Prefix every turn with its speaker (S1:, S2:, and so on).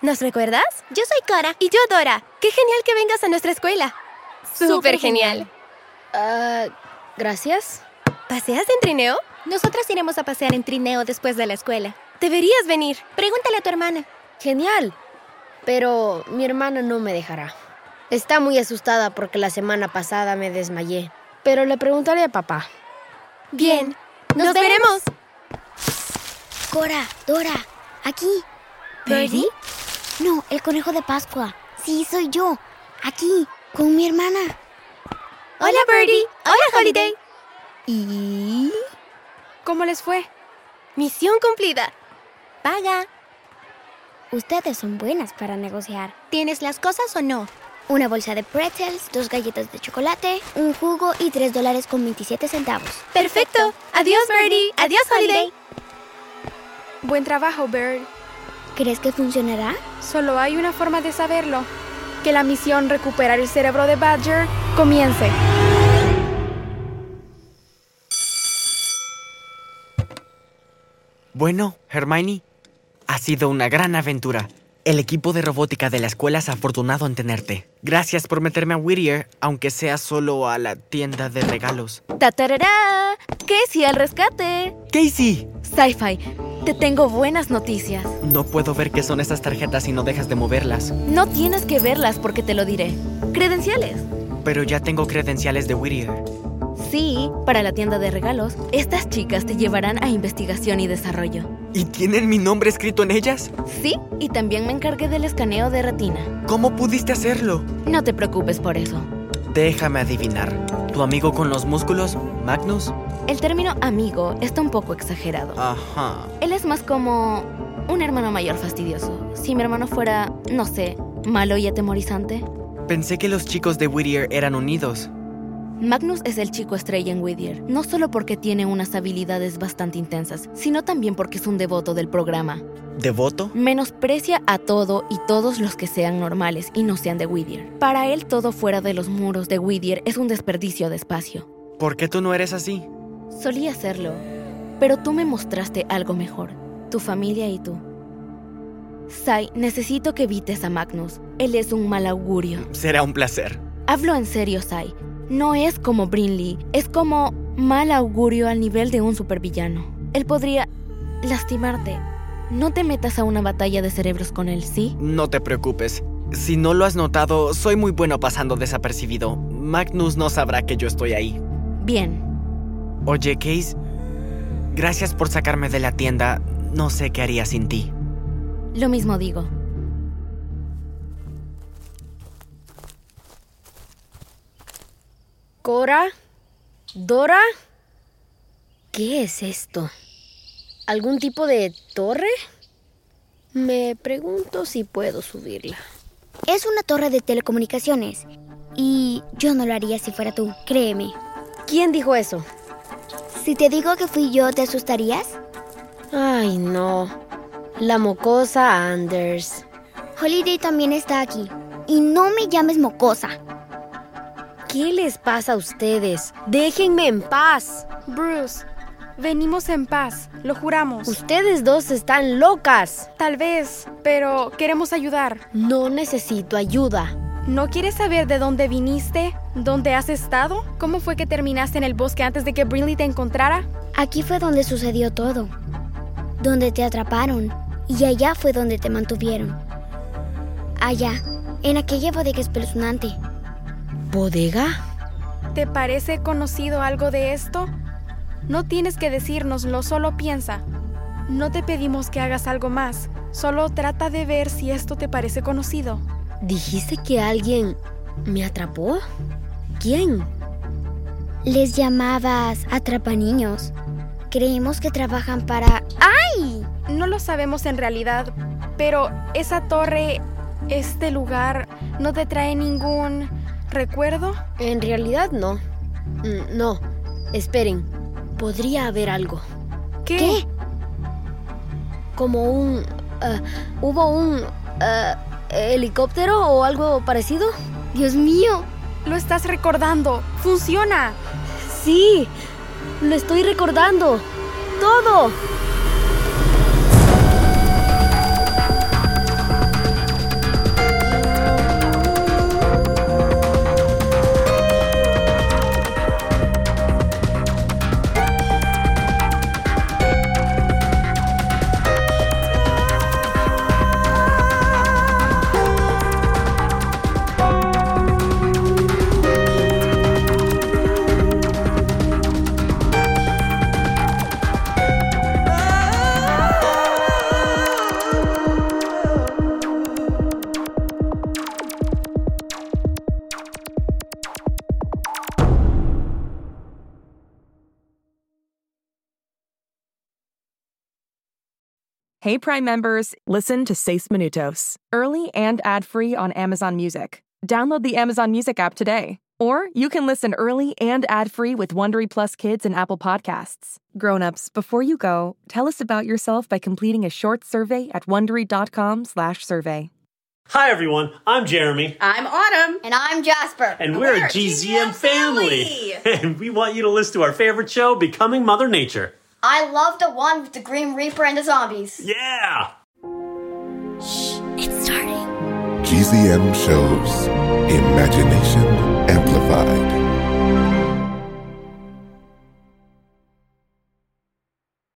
S1: ¿Nos recuerdas? Yo soy Cora. Y yo Dora. ¡Qué genial que vengas a nuestra escuela! ¡Súper genial!
S2: Ah, gracias.
S1: ¿Paseas en trineo?
S3: Nosotras iremos a pasear en trineo después de la escuela.
S1: Deberías venir.
S3: Pregúntale a tu hermana.
S2: Genial. Pero mi hermana no me dejará. Está muy asustada porque la semana pasada me desmayé. Pero le preguntaré a papá.
S1: Bien. ¡Nos,
S3: Nos
S1: veremos!
S4: Cora, Dora, aquí.
S1: ¿Birdie?
S4: No, el conejo de Pascua. Sí, soy yo. Aquí, con mi hermana.
S1: ¡Hola, Birdie! ¡Hola, Holiday!
S2: ¿Y? ¿Cómo les fue?
S1: Misión cumplida.
S3: Paga.
S4: Ustedes son buenas para negociar.
S3: ¿Tienes las cosas o no?
S4: Una bolsa de pretzels, dos galletas de chocolate, un jugo y tres dólares con 27 centavos.
S1: Perfecto. Adiós, Birdie. Adiós, Holiday.
S5: Buen trabajo, Bird.
S4: ¿Crees que funcionará?
S5: Solo hay una forma de saberlo. Que la misión recuperar el cerebro de Badger comience.
S6: Bueno, Hermione, ha sido una gran aventura. El equipo de robótica de la escuela es afortunado en tenerte. Gracias por meterme a Whittier, aunque sea solo a la tienda de regalos.
S7: ¡Tatarará! ¡Casey al rescate!
S6: ¡Casey!
S7: Sci-Fi, te tengo buenas noticias.
S6: No puedo ver qué son esas tarjetas si no dejas de moverlas.
S7: No tienes que verlas porque te lo diré. Credenciales.
S6: Pero ya tengo credenciales de Whittier.
S7: Sí, para la tienda de regalos, estas chicas te llevarán a investigación y desarrollo.
S6: ¿Y tienen mi nombre escrito en ellas?
S7: Sí, y también me encargué del escaneo de retina.
S6: ¿Cómo pudiste hacerlo?
S7: No te preocupes por eso.
S6: Déjame adivinar. ¿Tu amigo con los músculos, Magnus?
S7: El término amigo está un poco exagerado.
S6: Ajá.
S7: Él es más como un hermano mayor fastidioso. Si mi hermano fuera, no sé, malo y atemorizante.
S6: Pensé que los chicos de Whittier eran unidos.
S7: Magnus es el chico estrella en Whittier, no solo porque tiene unas habilidades bastante intensas, sino también porque es un devoto del programa.
S6: ¿Devoto?
S7: Menosprecia a todo y todos los que sean normales y no sean de Whittier. Para él todo fuera de los muros de Whittier es un desperdicio de espacio.
S6: ¿Por qué tú no eres así?
S7: Solía hacerlo, pero tú me mostraste algo mejor, tu familia y tú. Sai, necesito que evites a Magnus. Él es un mal augurio.
S6: Será un placer.
S7: Hablo en serio, Sai. No es como Brinley, es como mal augurio al nivel de un supervillano. Él podría lastimarte. No te metas a una batalla de cerebros con él, ¿sí?
S6: No te preocupes. Si no lo has notado, soy muy bueno pasando desapercibido. Magnus no sabrá que yo estoy ahí.
S7: Bien.
S6: Oye, Case, gracias por sacarme de la tienda. No sé qué haría sin ti.
S7: Lo mismo digo.
S2: ¿Cora? ¿Dora? ¿Qué es esto? ¿Algún tipo de torre? Me pregunto si puedo subirla.
S4: Es una torre de telecomunicaciones. Y yo no lo haría si fuera tú, créeme.
S2: ¿Quién dijo eso?
S4: Si te digo que fui yo, ¿te asustarías?
S2: Ay, no. La mocosa Anders.
S4: Holiday también está aquí. Y no me llames mocosa.
S2: ¿Qué les pasa a ustedes? Déjenme en paz.
S5: Bruce, venimos en paz, lo juramos.
S2: Ustedes dos están locas.
S5: Tal vez, pero queremos ayudar.
S2: No necesito ayuda.
S5: ¿No quieres saber de dónde viniste? ¿Dónde has estado? ¿Cómo fue que terminaste en el bosque antes de que Brinley te encontrara?
S4: Aquí fue donde sucedió todo. Donde te atraparon. Y allá fue donde te mantuvieron. Allá, en aquella bodega espeluznante.
S2: ¿Bodega?
S5: ¿Te parece conocido algo de esto? No tienes que decírnoslo, solo piensa. No te pedimos que hagas algo más, solo trata de ver si esto te parece conocido.
S2: ¿Dijiste que alguien me atrapó? ¿Quién?
S4: Les llamabas atrapaniños. Creemos que trabajan para... ¡Ay!
S5: No lo sabemos en realidad, pero esa torre, este lugar, no te trae ningún recuerdo.
S2: En realidad no. Mm, No. Esperen. Podría haber algo.
S5: ¿Qué?
S2: Como un... ah, ¿Hubo un... ah, helicóptero o algo parecido?
S4: Dios mío.
S5: Lo estás recordando. Funciona.
S2: Sí. Lo estoy recordando. Todo.
S8: Hey Prime members, listen to Seis Minutos, early and ad-free on Amazon Music. Download the Amazon Music app today. Or you can listen early and ad-free with Wondery Plus Kids and Apple Podcasts. Grown-ups, before you go, tell us about yourself by completing a short survey at wondery.com slash survey.
S9: Hi, everyone. I'm Jeremy.
S10: I'm Autumn.
S11: And I'm Jasper.
S9: And Uh, we're, we're a GZM, GZM family. family. And we want you to listen to our favorite show, Becoming Mother Nature.
S11: I love the one with the Grim Reaper and the zombies.
S9: Yeah!
S4: Shh, it's starting.
S12: GZM shows Imagination Amplified.